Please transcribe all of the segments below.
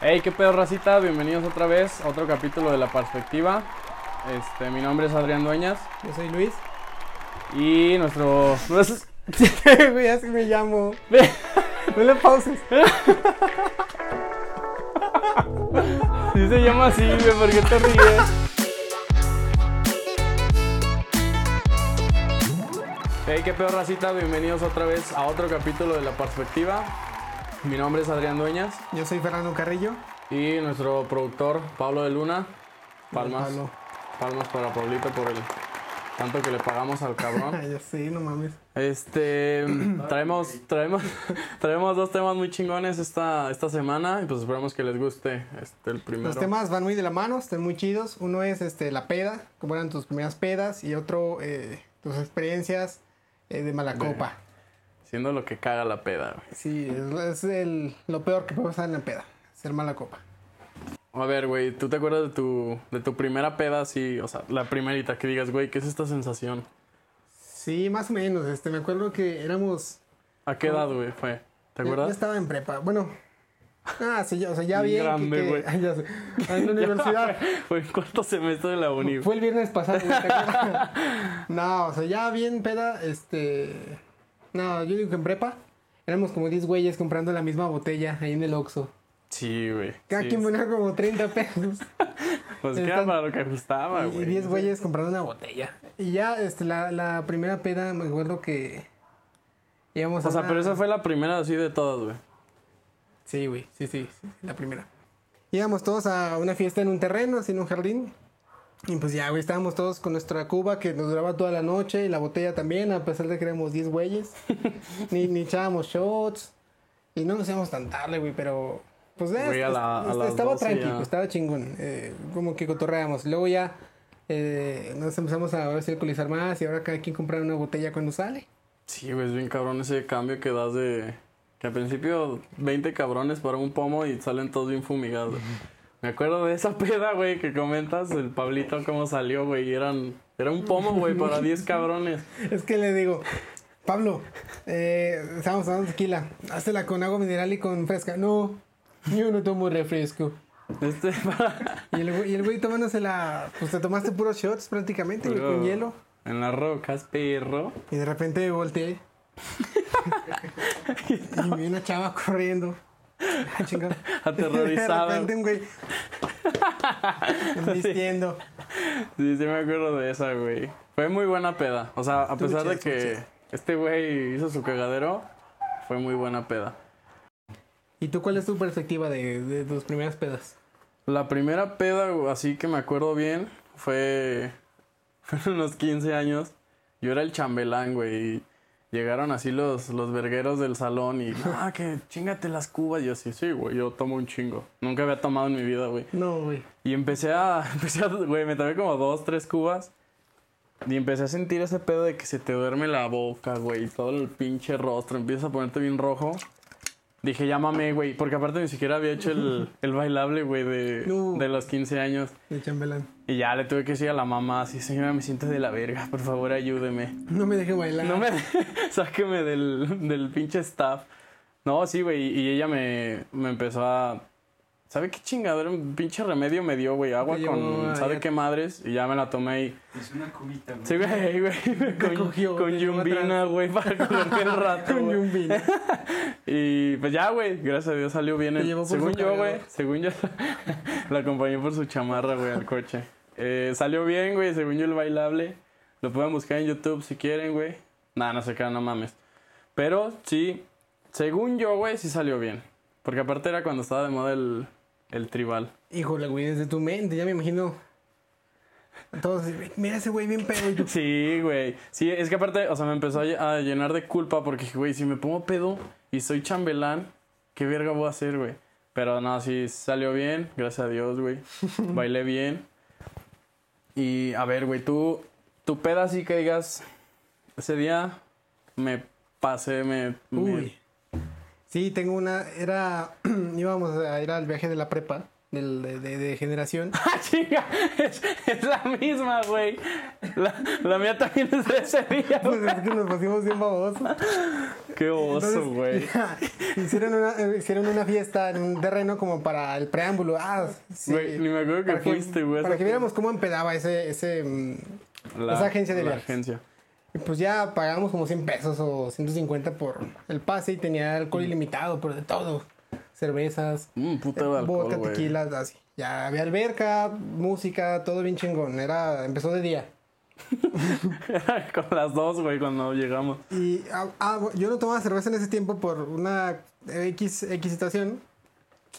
Hey, qué pedo racita, bienvenidos otra vez a otro capítulo de La Perspectiva. Este, mi nombre es Adrián Dueñas Yo soy Luis. y nuestro... nuestro- Güey, así me llamo. No le pauses. Sí se llama así, güey, ¿por qué te ríes? Hey, qué pedo racita, bienvenidos otra vez a otro capítulo de La Perspectiva. Mi nombre es Adrián Dueñas Yo soy Fernando Carrillo. y nuestro productor Pablo de Luna. Palmas. Pablo. Palmas para Pablito por el tanto que le pagamos al cabrón. Ay, Ah, ya sé, no mames. Este, traemos, traemos, traemos dos temas muy chingones esta, esta semana y pues esperamos que les guste este, el primero. Los temas van muy de la mano, están muy chidos. Uno es este, la peda, como eran tus primeras pedas, y otro, eh, tus experiencias eh, de mala copa. Siendo lo que caga la peda. güey. Sí, es, es el- lo peor que puede pasar en la peda, ser mala copa. A ver, güey, ¿tú te acuerdas de tu, de tu primera peda así? O sea, la primerita que digas, güey, ¿qué es esta sensación? Sí, más o menos. Este, me acuerdo que éramos. ¿A qué edad, güey, fue? ¿Te Yo- Yo acuerdas? estaba en prepa. Bueno. Ah, sí, ya, o sea, ya Bien bien. grande, que- que- güey. Ay, ya sé. En la universidad. Fue en cuarto semestre de la uni. güey. Fue el viernes pasado. güey, ¿te acuerdas? no, o sea, ya bien peda, este... No, yo digo que en prepa éramos como 10 güeyes comprando la misma botella ahí en el Oxxo. Sí, güey. Cada sí. quien ponía como 30 pesos. Pues qué están- para lo que gustaba, y Ah, güey. 10 güeyes comprando una botella. Y ya, este, la, la primera peda, me acuerdo que... Íbamos O a sea, una- pero esa fue la primera así de todas, güey. Sí, güey, sí, sí, sí, la primera. Íbamos todos a una fiesta en un terreno, así en un jardín. Y pues ya, güey, estábamos todos con nuestra cuba que nos duraba toda la noche y la botella también, a pesar de que éramos 10 güeyes. ni, ni echábamos shots. Y no nos íbamos tan tarde, güey, pero. Pues eh, Güey, a est- la- a est- las estaba 12 tranquilo, ya. estaba chingón. eh, como que cotorreamos. Luego ya eh, nos empezamos a ahora sí, alcoholizar más y ahora cada quien comprar una botella cuando sale. Sí, güey, es bien cabrón ese cambio que das de... Que al principio 20 cabrones para un pomo y salen todos bien fumigados. güey. Me acuerdo de esa peda, güey, que comentas, el Pablito cómo salió, güey, y eran... Era un pomo, güey, para 10 cabrones. Es que le digo, Pablo, eh, estamos tomando tequila, hazla con agua mineral y con fresca. No, yo no tomo refresco. Este, para... Y el, güey- y el güey tomándosela, pues te tomaste puros shots prácticamente, güey, con hielo. En las rocas, perro. Y de repente volteé. y vi una chava corriendo. Ah, chingado. Aterrorizada. Y de repente un güey. Vistiendo. Sí, sí me acuerdo de esa, güey. Fue muy buena peda. O sea, a Estuvo pesar chida, de estuvo que chida. este güey hizo su cagadero, fue muy buena peda. ¿Y tú cuál es tu perspectiva de, de tus primeras pedas? La primera peda, güey, así que me acuerdo bien, fue. Fueron los 15 años. Yo era el chambelán, güey. Y llegaron así los, los vergueros del salón y. Ah, que chingate las cubas. Y yo así, sí, güey, yo tomo un chingo. Nunca había tomado en mi vida, güey. No, güey. Y empecé a. Empecé a- güey, me tomé como dos, tres cubas. Y empecé a sentir ese pedo de que se te duerme la boca, güey. Todo el pinche rostro. Empiezas a ponerte bien rojo. Dije, llámame, güey. Porque aparte ni siquiera había hecho el, el bailable, güey, de, No. de los 15 años. De chambelán. Y ya le tuve que decir a la mamá, sí, señora, me siento de la verga. Por favor, ayúdeme. No me deje bailar. No me. Sáqueme del, del pinche staff. No, sí, güey. Y ella me, me empezó a. ¿Sabe qué chingadera? Un pinche remedio me dio, güey. Agua Te llevó con. a- ¿Sabe qué madres? Y ya me la tomé y. Es una cubita, güey. Sí, güey, güey. Con, cogió, con te llevó yumbina, atrás. güey, para cogerme el rato. Con güey. un vino. Y pues ya, güey. Gracias a Dios salió bien. Te el- llevó por según su yo, güey. cargador. Según yo. la acompañé por su chamarra, güey, al coche. Eh, salió bien, güey. Según yo, el bailable. Lo pueden buscar en YouTube si quieren, güey. Nah, no se crean, no mames. Pero sí, según yo, güey, sí salió bien. Porque aparte era cuando estaba de moda el, el tribal. Híjole, güey, desde tu mente, ya me imagino. a Todos, así, "Güey, mira ese güey bien pedo. Y tú, Sí, güey. Sí, es que aparte, o sea, me empezó a lle- a llenar de culpa porque, dije, güey, si me pongo pedo y soy chambelán, ¿qué verga voy a hacer, güey? Pero no, sí salió bien, gracias a Dios, güey. Bailé bien. Y a ver, güey, tú, tu peda así que digas, ese día me pasé, me... me- uy. Sí, tengo una. Era. íbamos a ir al viaje de la prepa. del- de, de- de generación. ¡Ah, chinga! Es, es la misma, güey. La, la mía también es de ese día. güey. Pues es que nos pusimos bien babosos. ¡Qué oso, Entonces, güey! ya, hicieron, una, eh, hicieron una fiesta en un terreno como para el preámbulo. Ah, sí. Güey, ni me acuerdo que Para fuiste, güey, Para esa que viéramos cómo empedaba ese, ese mm, La, esa agencia de la viajes. agencia. Y pues ya pagamos como 100 pesos o 150 por el pase y tenía alcohol ilimitado, pero de todo. Cervezas, Mm, puta de eh, alcohol, vodka, güey. tequila, así. Ya había alberca, música, todo bien chingón. Era, empezó de día. Con las dos, güey, cuando llegamos. Y ah, ah, bu- yo no tomaba cerveza en ese tiempo por una X, X situación.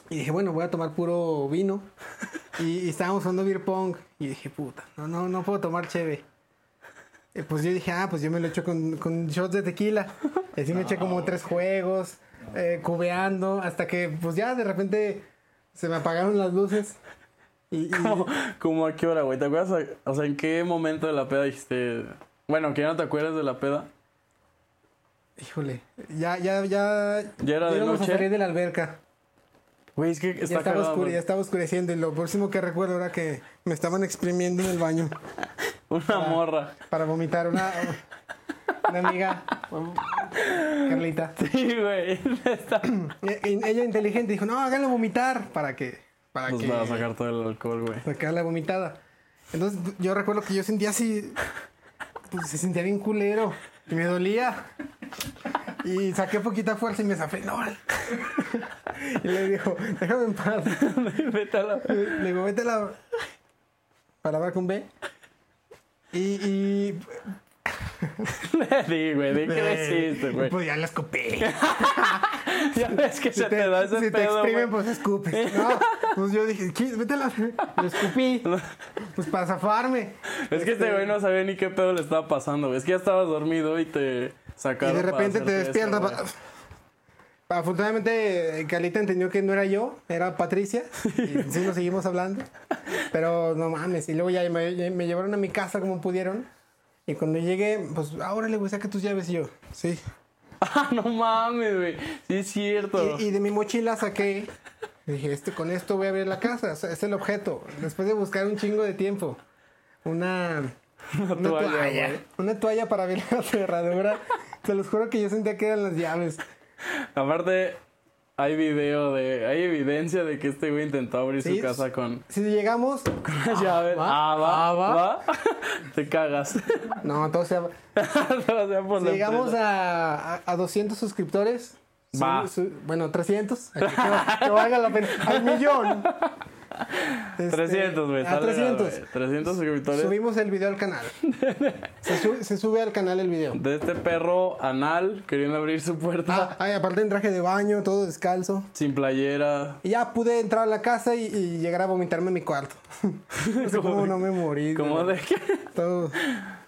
Y dije, bueno, voy a tomar puro vino. Y, y estábamos jugando beer pong. Y dije, puta, no, no, no puedo tomar cheve. Eh, pues yo dije, ah, pues yo me lo echo con, con shots de tequila. Y así me eché como tres juegos, eh, cubeando, hasta que pues ya de repente se me apagaron las luces. Y, y- ¿Cómo, cómo a qué hora, güey? ¿Te acuerdas? a- o sea, ¿en qué momento de la peda dijiste... Bueno, que ya no te acuerdas de la peda. híjole, ya, ya, ya. ¿Ya era de íbamos noche? a salir de la alberca. Güey, es que está Ya estaba, cagado, oscuro, güey. ya estaba oscureciendo y lo próximo que recuerdo era que me estaban exprimiendo en el baño Una morra. para vomitar una, una amiga, Carlita. Sí, güey. Está- E- e- Ella inteligente dijo, no, háganlo vomitar para que... Para Nos que Pues va a sacar todo el alcohol, güey. sacar la vomitada. Entonces yo recuerdo que yo sentía así, pues se sentía bien culero y me dolía. Y saqué poquita fuerza y me zafé, no. Y le dijo, déjame en paz. Vete a la... Le digo, vete a la. Palabra con B. Y. y eh, Di, güey, di que lo hiciste, güey. Pues ya la escupí. Ya ves que Si se te, da ese si te pedo, exprimen, güey. pues escupes. No, pues yo dije, "¿Qué? vete a la. Lo escupí. Pues para zafarme. Es que este güey no sabía ni qué pedo le estaba pasando, güey. Es que ya estabas dormido y te Y sacaron de para repente te hacerte eso, despiertas. güey. pa- Afortunadamente, Calita entendió que no era yo, era Patricia. Y sí, nos seguimos hablando. Pero no mames. Y luego ya me, ya me llevaron a mi casa como pudieron. Y cuando llegué, pues ahora le voy a sacar tus llaves y yo. Sí. Ah, no mames, güey. Sí es cierto. Y, y de mi mochila saqué. Dije, este, con esto voy a abrir la casa. o sea, es el objeto. Después de buscar un chingo de tiempo. Una, una toalla, toalla. güey. una toalla para abrir la cerradura. Se los juro que yo sentía que eran las llaves. Aparte, hay video de... Hay evidencia de que este güey intentó abrir Sí. su casa con... Si llegamos. Ya ves. va, Ah, va, ah, va. va. Te cagas. No, todo se ab- Te vas a por Si la llegamos empresa. a, a, a 200 suscriptores. su- Va. su- bueno, 300. Que, va- que valga la pena. Al millón. Este, 300, güey. A está legal, 300. güey. 300 suscriptores. Subimos el video al canal. Se, su- se sube al canal el video. De este perro anal queriendo abrir su puerta Ah, ay, aparte en traje de baño, todo descalzo. sin playera. Y ya pude entrar a la casa y, y llegar a vomitarme en mi cuarto. No sé cómo no me morí. Como güey. de que... Todo.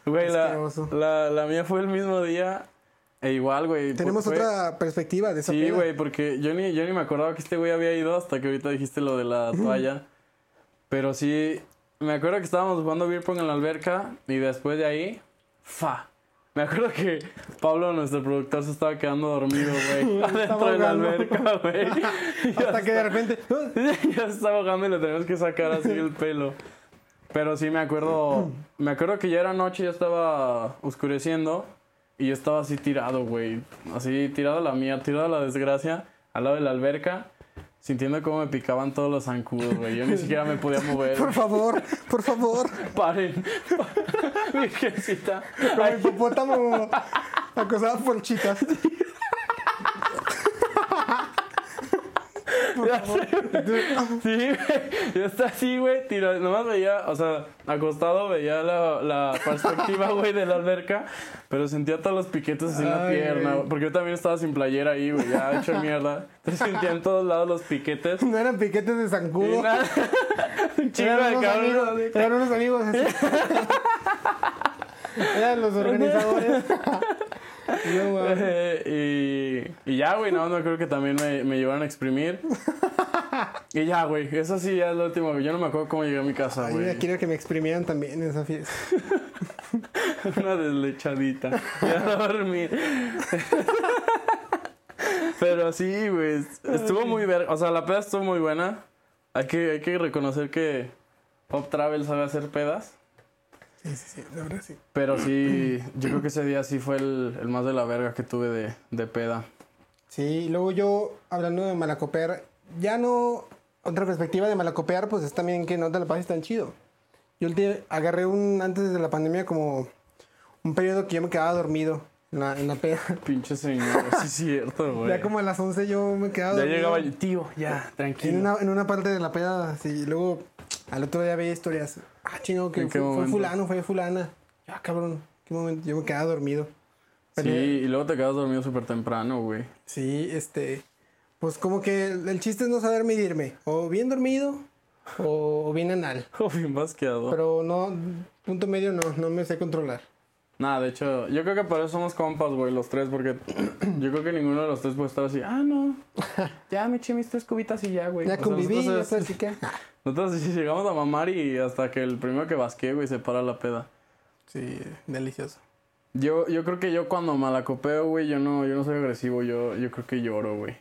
Güey, la, Asqueroso. la, la mía fue el mismo día. E igual, güey. Tenemos fue- otra perspectiva de esa Sí, peda. güey, porque yo ni, yo ni me acordaba que este güey había ido hasta que ahorita dijiste lo de la toalla. Pero sí, me acuerdo que estábamos jugando beer pong en la alberca y después de ahí, fa. Me acuerdo que Pablo, nuestro productor, se estaba quedando dormido, güey, adentro de la ahogando. alberca, güey. Y yo Hasta que de repente. ¡ah! ya se está ahogando y le tenemos que sacar así el pelo. Pero sí me acuerdo, me acuerdo que ya era noche, ya estaba oscureciendo y yo estaba así tirado, güey. Así tirado a la mía, tirado a la desgracia, al lado de la alberca, sintiendo cómo me picaban todos los zancudos, güey. Yo ni siquiera me podía mover. Por favor, por favor. Paren. Virgencita. Como el hipopótamo acosado por chicas. Ya sé, güey. Sí, güey. Yo estaba así, güey, tirado. Nomás veía, o sea, acostado veía la, la perspectiva, güey, de la alberca. Pero sentía todos los piquetes así en la Ay. pierna. güey, Porque yo también estaba sin playera ahí, güey, ya hecho mierda. Entonces sentía en todos lados los piquetes. No eran piquetes de Y zancudo. nada. Un chingo eran, de unos amigos, cabrones. eran unos amigos así. eran los organizadores. No, mames. Eh, y, y ya, güey, no, no creo que también me, me llevaron a exprimir. Y ya, güey, eso sí ya es lo último. güey. Yo no me acuerdo cómo llegué a mi casa, Ay, yo güey. ya quiero que me exprimieran también en esa fiesta. Una deslechadita. Ya a dormir. Pero sí, güey. Estuvo muy verga. O sea, la peda estuvo muy buena. Hay que, hay que reconocer que Pop Travel sabe hacer pedas. Sí, sí, sí, la verdad sí. Pero sí, yo creo que ese día sí fue el, el más de la verga que tuve de, de peda. Sí, y luego yo, hablando de malacopear, ya no. Otra perspectiva de malacopear, pues es también que no te la pases tan chido. Yo el día- agarré un, antes de la pandemia, como un periodo que yo me quedaba dormido en la, en la peda. Pinche señor, sí es cierto, güey. Ya como a las 11 yo me quedaba Ya dormido. llegaba el tío, ya, En tranquilo. una, en una parte de la peda, sí. Y luego al otro día veía historias. Ah, chingo, que ¿En qué fue, fue momento? fulano, fue fulana. Ah, cabrón, qué momento. Yo me quedaba dormido. Sí, y luego te quedas dormido súper temprano, güey. Sí, este. Pues como que el, el chiste es no saber medirme. O bien dormido o, o bien anal. O bien basqueado. Pero no, punto medio no, no me sé controlar. Nada, de hecho, yo creo que por eso somos compas, güey, los tres, porque yo creo que ninguno de los tres puede estar así, ah, no, ya me eché mis tres cubitas y ya, güey. O Ya sea, conviví, ya Pues nosotros es- platiqué. Nosotros sí llegamos a mamar y hasta que el primero que basquee, güey, se para la peda. Sí, delicioso. Yo, yo creo que yo cuando malacopeo, güey, yo no, yo no soy agresivo, yo, yo creo que lloro, güey.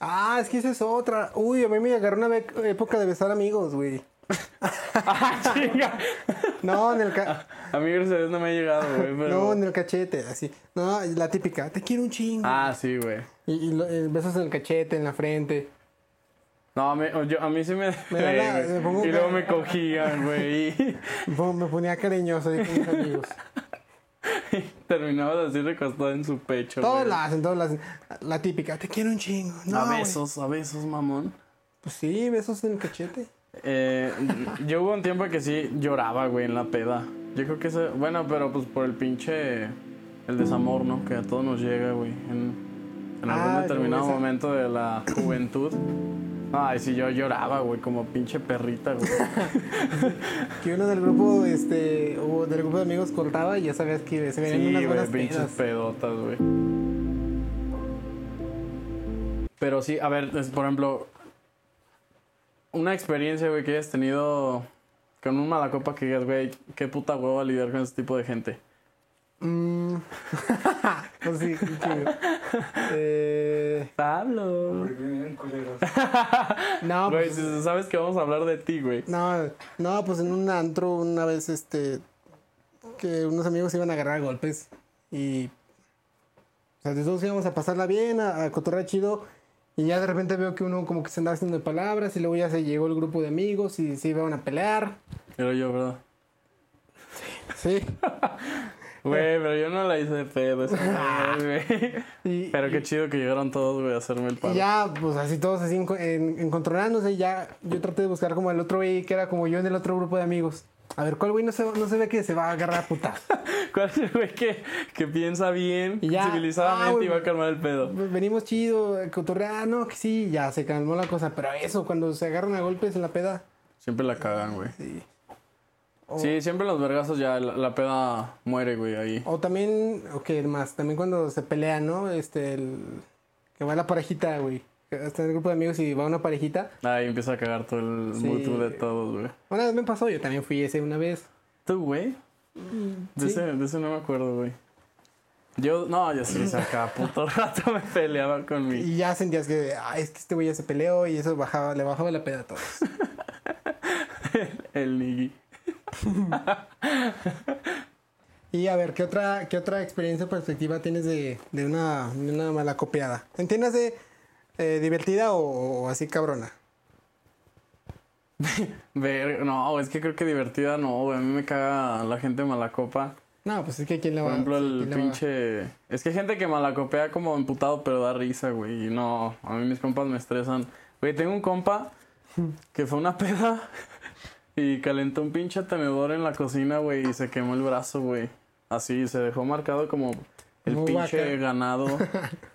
Ah, es que esa es otra. Uy, a mí me agarró una ve- época de besar amigos, güey. ¡Ah, chinga! No, en el ca- A mí, gracias a Dios, no me ha llegado, güey, Ah, pero... no, en el cachete, así. No, y la típica, te quiero un chingo. Ah, sí, güey. Y, y lo- eh, besos en el cachete, en la frente. No, a mí, yo- a mí sí me... Me da la- güey. me pongo- y luego me cogían, güey, y Me pon- Me ponía cariñoso ahí con mis amigos. terminabas así recostado en su pecho, Todos güey. la hacen, todos la hacen. La típica, te quiero un chingo. No, a güey. besos, a besos, mamón. Pues sí, besos en el cachete. Eh, yo hubo un tiempo que sí lloraba, güey, en la peda. Yo creo que eso... Bueno, pero pues por el pinche... El desamor, ¿no? Que a todos nos llega, güey. En, en algún Ah, determinado como esa- momento de la juventud. Ay, sí, yo lloraba, güey, como pinche perrita, güey. Que uno del grupo, este, o del grupo de amigos cortaba y ya sabías que se venían Sí, unas güey, buenas pinches pedas. pedotas, güey. Pero sí, a ver, es, por ejemplo, una experiencia, güey, que hayas tenido con un malacopa que digas, güey, qué puta hueva lidiar con este tipo de gente. Mm. pues sí, qué chido. Eh, Pablo. no, Güey, pues, si sabes que vamos a hablar de ti, güey. no, no, pues en un antro una vez, este, que unos amigos se iban a agarrar a golpes y, o sea, todos íbamos a pasarla bien, a, a cotorrear chido y ya de repente veo que uno como que se andaba haciendo de palabras y luego ya se llegó el grupo de amigos y se iban a pelear, Pero yo, ¿verdad? sí, Güey, pero yo no la hice de pedo esa vez, güey. y, Pero qué chido que llegaron todos, güey, a hacerme el Y paro. ya, pues así todos así enco- en- encontronándose. Y ya yo traté de buscar como el otro güey que era como yo en el otro grupo de amigos. A ver, ¿cuál güey no se, no se ve que se va a agarrar a putas? ¿Cuál es el güey que, que piensa bien, Y ya. Ah, civilizadamente güey. y va a calmar el pedo? Pues, Venimos chido, eh, cotorrear, no, que sí, ya se calmó la cosa. Pero eso, cuando se agarran a golpes en la peda. Siempre la cagan, güey. Sí. Oh. Sí, siempre los vergazos ya la, la peda muere, güey, ahí. O también, o qué más, también cuando se pelean, ¿no? Este, el, que va la parejita, güey. que Está en el grupo de amigos y va una parejita. Ahí empieza a cagar todo el Sí. mutu de todos, güey. Una vez me pasó, yo también fui ese una vez. ¿Tú, güey? De, Mm. sí. ese, de ese no me acuerdo, güey. Yo, no, yo sí, acá puto rato me peleaba con mi... Y ya sentías que, ay, es que este güey ya se peleó y eso bajaba, le bajaba la peda a todos. el nigui. Y a ver, ¿qué otra, qué otra experiencia o perspectiva tienes de, de una, de una mala copiada? Entiéndase, eh, divertida o, o así cabrona. Ver, no, es que creo que divertida no, güey. A mí me caga la gente malacopa. No, pues es que quién la va Por ejemplo, el quién la va- pinche... Es que hay gente que malacopea como emputado, pero da risa, güey. Y no, a mí mis compas me estresan. Güey, tengo un compa que fue una peda y calentó un pinche tenedor en la cocina, güey, y se quemó el brazo, güey. Así, se dejó marcado como el Como pinche vaca. ganado.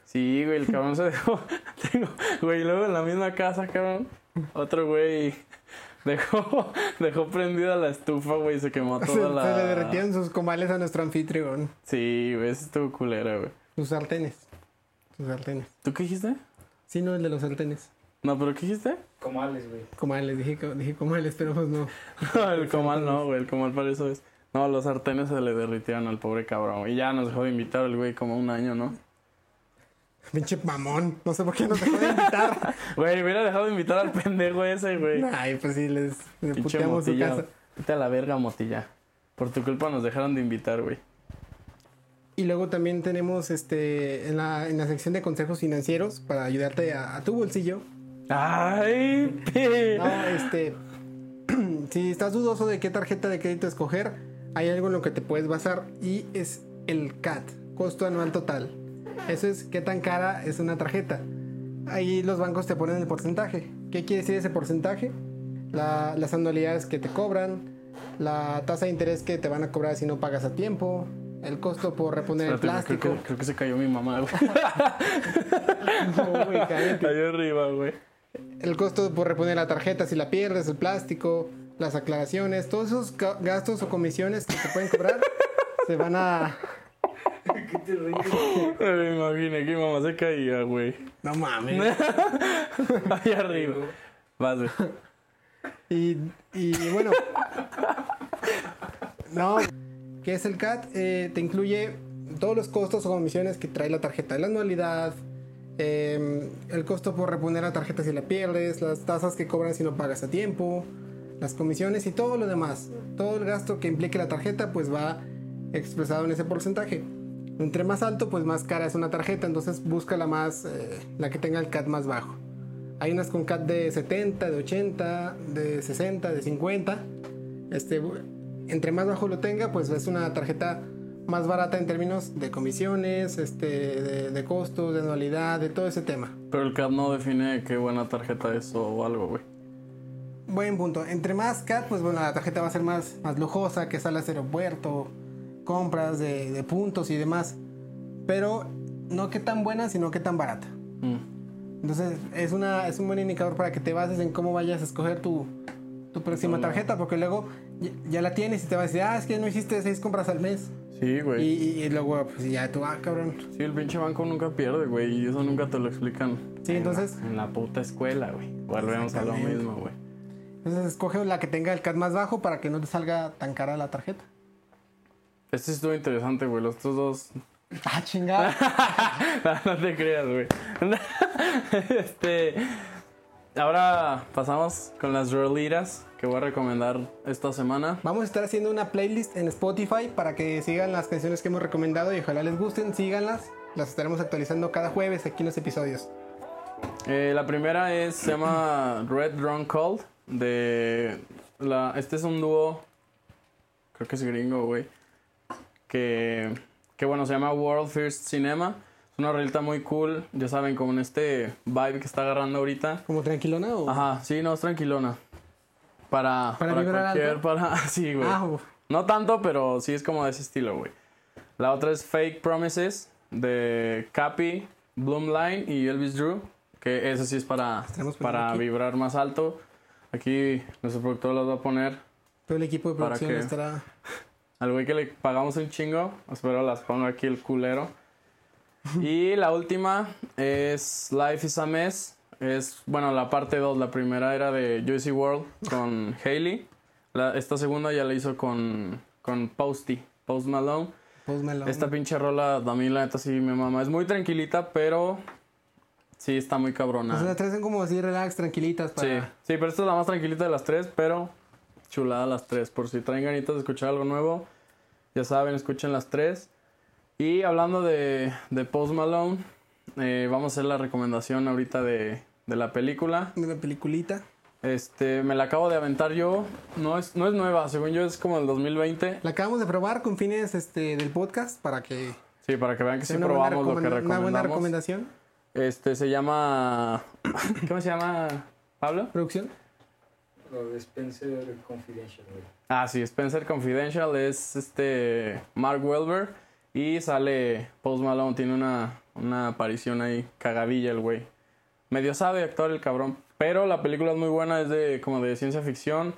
Sí, güey, el cabrón se dejó... Tengo... Güey, luego en la misma casa, cabrón, otro güey... Dejó, dejó prendida la estufa, güey, y se quemó toda Se, la... se le derretieron sus comales a nuestro anfitrión. Sí, güey, eso estuvo culera, güey. Sus sartenes. Sus sartenes. ¿Tú qué dijiste? Sí, no, el de los sartenes. No, pero ¿qué dijiste? Comales, güey. Comales, dije, co- dije comales, pero pues no. No, el comal no, güey, el comal para eso es. No, los sartenes se le derritieron al pobre cabrón. Y ya nos dejó de invitar el güey como un año, ¿no? Pinche mamón. No sé por qué no te puedo invitar. Güey, hubiera dejado de invitar al pendejo ese, güey. Ay, pues sí, les, les Pinche puteamos su motilla. casa. Vete a la verga, motilla. Por tu culpa nos dejaron de invitar, güey. Y luego también tenemos este en la, en la sección de consejos financieros para ayudarte a, a tu bolsillo. Ay, pe. No, este. si estás dudoso de qué tarjeta de crédito escoger, hay algo en lo que te puedes basar y es el CAT, costo anual total. Eso es qué tan cara es una tarjeta. Ahí los bancos te ponen el porcentaje. ¿Qué quiere decir ese porcentaje? La- las anualidades que te cobran, la tasa de interés que te van a cobrar si no pagas a tiempo, el costo por reponer el Espérate, güey, creo, plástico. que, creo que se cayó mi mamá, güey. No, güey, cállate. cayó arriba, güey. El costo por reponer la tarjeta si la pierdes, el plástico, las aclaraciones, todos esos ca- gastos o comisiones que te pueden cobrar se van a. Me imaginé que mi mamá se caía, güey. No mames. Ahí arriba. Vas, güey. Y, y bueno. No. ¿Qué es el CAT? Eh, te incluye todos los costos o comisiones que trae la tarjeta, la anualidad, eh, el costo por reponer la tarjeta si la pierdes, las tasas que cobran si no pagas a tiempo, las comisiones y todo lo demás. Todo el gasto que implique la tarjeta pues va expresado en ese porcentaje. Entre más alto pues más cara es una tarjeta, entonces busca la más, eh, la que tenga el CAT más bajo. Hay unas con CAT de 70, de 80, de 60, de 50. Este, entre más bajo lo tenga, pues es una tarjeta más barata en términos de comisiones, este, de, de costos, de anualidad, de todo ese tema. Pero el CAD no define qué buena tarjeta es o algo, güey. Buen punto. Entre más CAT, pues bueno, la tarjeta va a ser más, más lujosa, que salas de aeropuerto, compras de, de puntos y demás. Pero no que tan buena, sino que tan barata. Mm. Entonces, es, una, es un buen indicador para que te bases en cómo vayas a escoger tu, tu próxima Hola. tarjeta, porque luego ya, ya la tienes y te va a decir, ah, es que no hiciste seis compras al mes. Sí, Y, güey. y- y luego, pues ya tú, ah, cabrón. Sí, el pinche banco nunca pierde, güey. Y eso nunca te lo explican. Sí, En la- entonces- En la puta escuela, güey. Volvemos a lo Exactamente. mismo, güey. Entonces, escoge la que tenga el CAT más bajo para que no te salga tan cara la tarjeta. Este estuvo interesante, güey. Los otros dos. Ah, chingada. no te creas, güey. este. Ahora pasamos con las rolitas que voy a recomendar esta semana. Vamos a estar haciendo una playlist en Spotify para que sigan las canciones que hemos recomendado y ojalá les gusten, síganlas. Las estaremos actualizando cada jueves aquí en los episodios. Eh, la primera es, se llama Red Drunk Cold. De la, este es un dúo, creo que es gringo, güey. Que, que bueno, se llama World First Cinema. Es una rolita muy cool, ya saben, con este vibe que está agarrando ahorita. ¿Como tranquilona o...? Ajá, sí, no, es tranquilona. Para, Para vibrar alto. para, sí, güey. Ah, uf. No tanto, pero sí es como de ese estilo, güey. La otra es Fake Promises de Capi, Bloomline y Elvis Drew. Que eso sí es para, Estaremos poniendo para aquí. vibrar más alto. Aquí nuestro productor los va a poner todo el equipo de ¿Para producción qué? estará... al güey que le pagamos un chingo. Espero las ponga aquí el culero. Y la última es Life is a Mess. Es, bueno, la parte 2. La primera era de Juicy World con Hailey. La- esta segunda ya la hizo con, con Posty, Post Malone. Post Malone. Esta pinche rola, a mí la neta sí me mama. Es muy tranquilita, pero sí está muy O sea, las cabrona. tres son como así relax, tranquilitas Sí, para... sí, pero esta es la más tranquilita de las tres, pero chulada las tres. Por si traen ganitas de escuchar algo nuevo, ya saben, escuchen las tres. Y hablando de, de Post Malone, eh, vamos a hacer la recomendación ahorita de, de la película. de la peliculita. Este, me la acabo de aventar yo. No es, no es nueva, según yo es como el 2020. La acabamos de probar con fines este, del podcast para que Sí, para que vean que sí sea una buena, probamos lo que recomenda- una buena recomendamos. recomendación. Este se llama. ¿Cómo se llama? ¿Pablo? Producción. Lo de Spencer Confidential, güey. Ah, sí, Spencer Confidential es este. Mark Welber. Y sale Post Malone, tiene una, una aparición ahí, cagadilla el güey. Medio sabe actuar el cabrón. Pero la película es muy buena, es de como de ciencia ficción.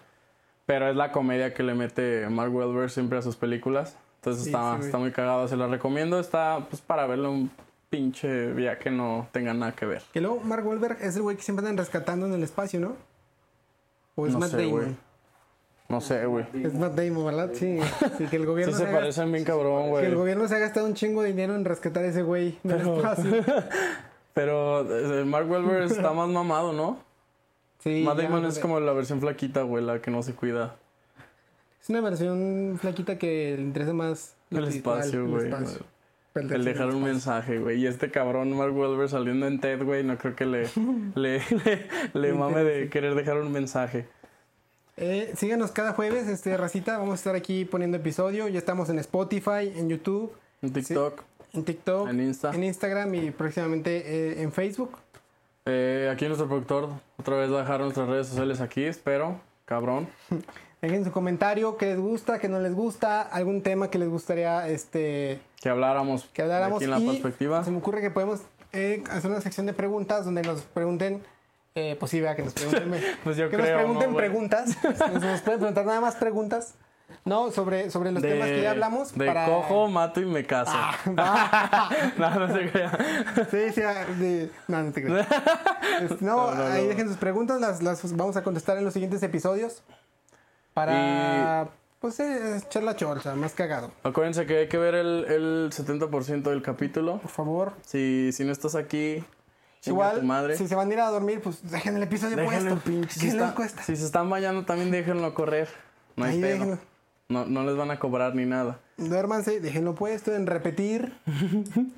Pero es la comedia que le mete Mark Welber siempre a sus películas. Entonces Sí, sí, está, güey. está muy cagado, se la recomiendo. Está pues para verlo un pinche día que no tenga nada que ver. Que luego Mark Wahlberg es el güey que siempre andan rescatando en el espacio, ¿no? O es No Matt sé, güey. Damon. No sé, güey. Es Matt Damon, ¿verdad? Sí. Sí, que el Sí gobierno se se haga- parecen bien cabrón, que el güey. gobierno se ha gastado un chingo de dinero en rescatar a ese güey en el Pero- espacio. Pero eh, Mark Wahlberg está más mamado, ¿no? Sí, Matt ya, Damon es güey. como la versión flaquita, güey, la que no se cuida. Es una versión flaquita que le interesa más lo El espiritual, espacio, el güey. espacio. El dejar un mensaje, güey. Y este cabrón Mark Wahlberg saliendo en TED, güey, no creo que le, le, le, le mame de querer dejar un mensaje. Eh, síganos cada jueves, este Racita. Vamos a estar aquí poniendo episodio. Ya estamos en Spotify, en YouTube, En TikTok, en TikTok, en Insta. en Instagram y próximamente eh, en Facebook. Eh, aquí nuestro productor otra vez va a dejar nuestras redes sociales aquí, espero, cabrón. Dejen su comentario, qué les gusta, qué no les gusta, algún tema que les gustaría este, Que habláramos, que habláramos. aquí en la y perspectiva. Se me ocurre que podemos eh, hacer una sección de preguntas donde nos pregunten, eh, pues sí, vea que nos pregunten, Pues yo que creo, nos pregunten ¿no, güey? preguntas, nos, nos pueden preguntar nada más preguntas, no sobre, sobre los temas que ya hablamos. de para- Ah, cojo, mato y me caso. no, no se crea. Sí, sí, ah, de- no, no te creo. Este, No, No, no, ahí no. dejen sus preguntas, las, las vamos a contestar en los siguientes episodios para, pues, eh, echar la chorcha, más cagado. Acuérdense que hay que ver el, el 70% del capítulo. Por favor, Si, si no estás aquí, chinga Igual, tu madre. si se van a ir a dormir, pues dejen el episodio Déjenlo en puesto. pinche- ¿Qué si, les está- cuesta? si se están bañando también déjenlo correr. No hay Ahí pedo. déjenlo. No, no les van a cobrar ni nada. Duérmanse, déjenlo puesto, en repetir.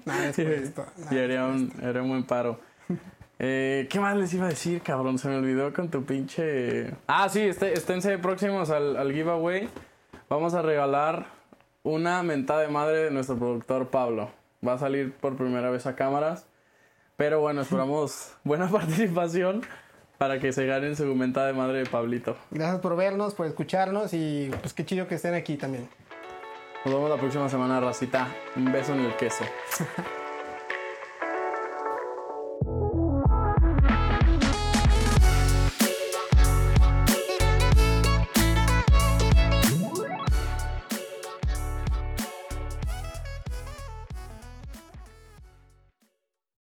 Nada, es puesto. Y haría un, haría un buen paro. Eh, ¿Qué más les iba a decir, cabrón? Se me olvidó con tu pinche... Ah, sí, este, esténse próximos al, al giveaway. Vamos a regalar una mentada de madre de nuestro productor Pablo. Va a salir por primera vez a cámaras. Pero bueno, esperamos buena participación para que se ganen su mentada de madre de Pablito. Gracias por vernos, por escucharnos y pues qué chido que estén aquí también. Nos vemos la próxima semana, racita. Un beso en el queso.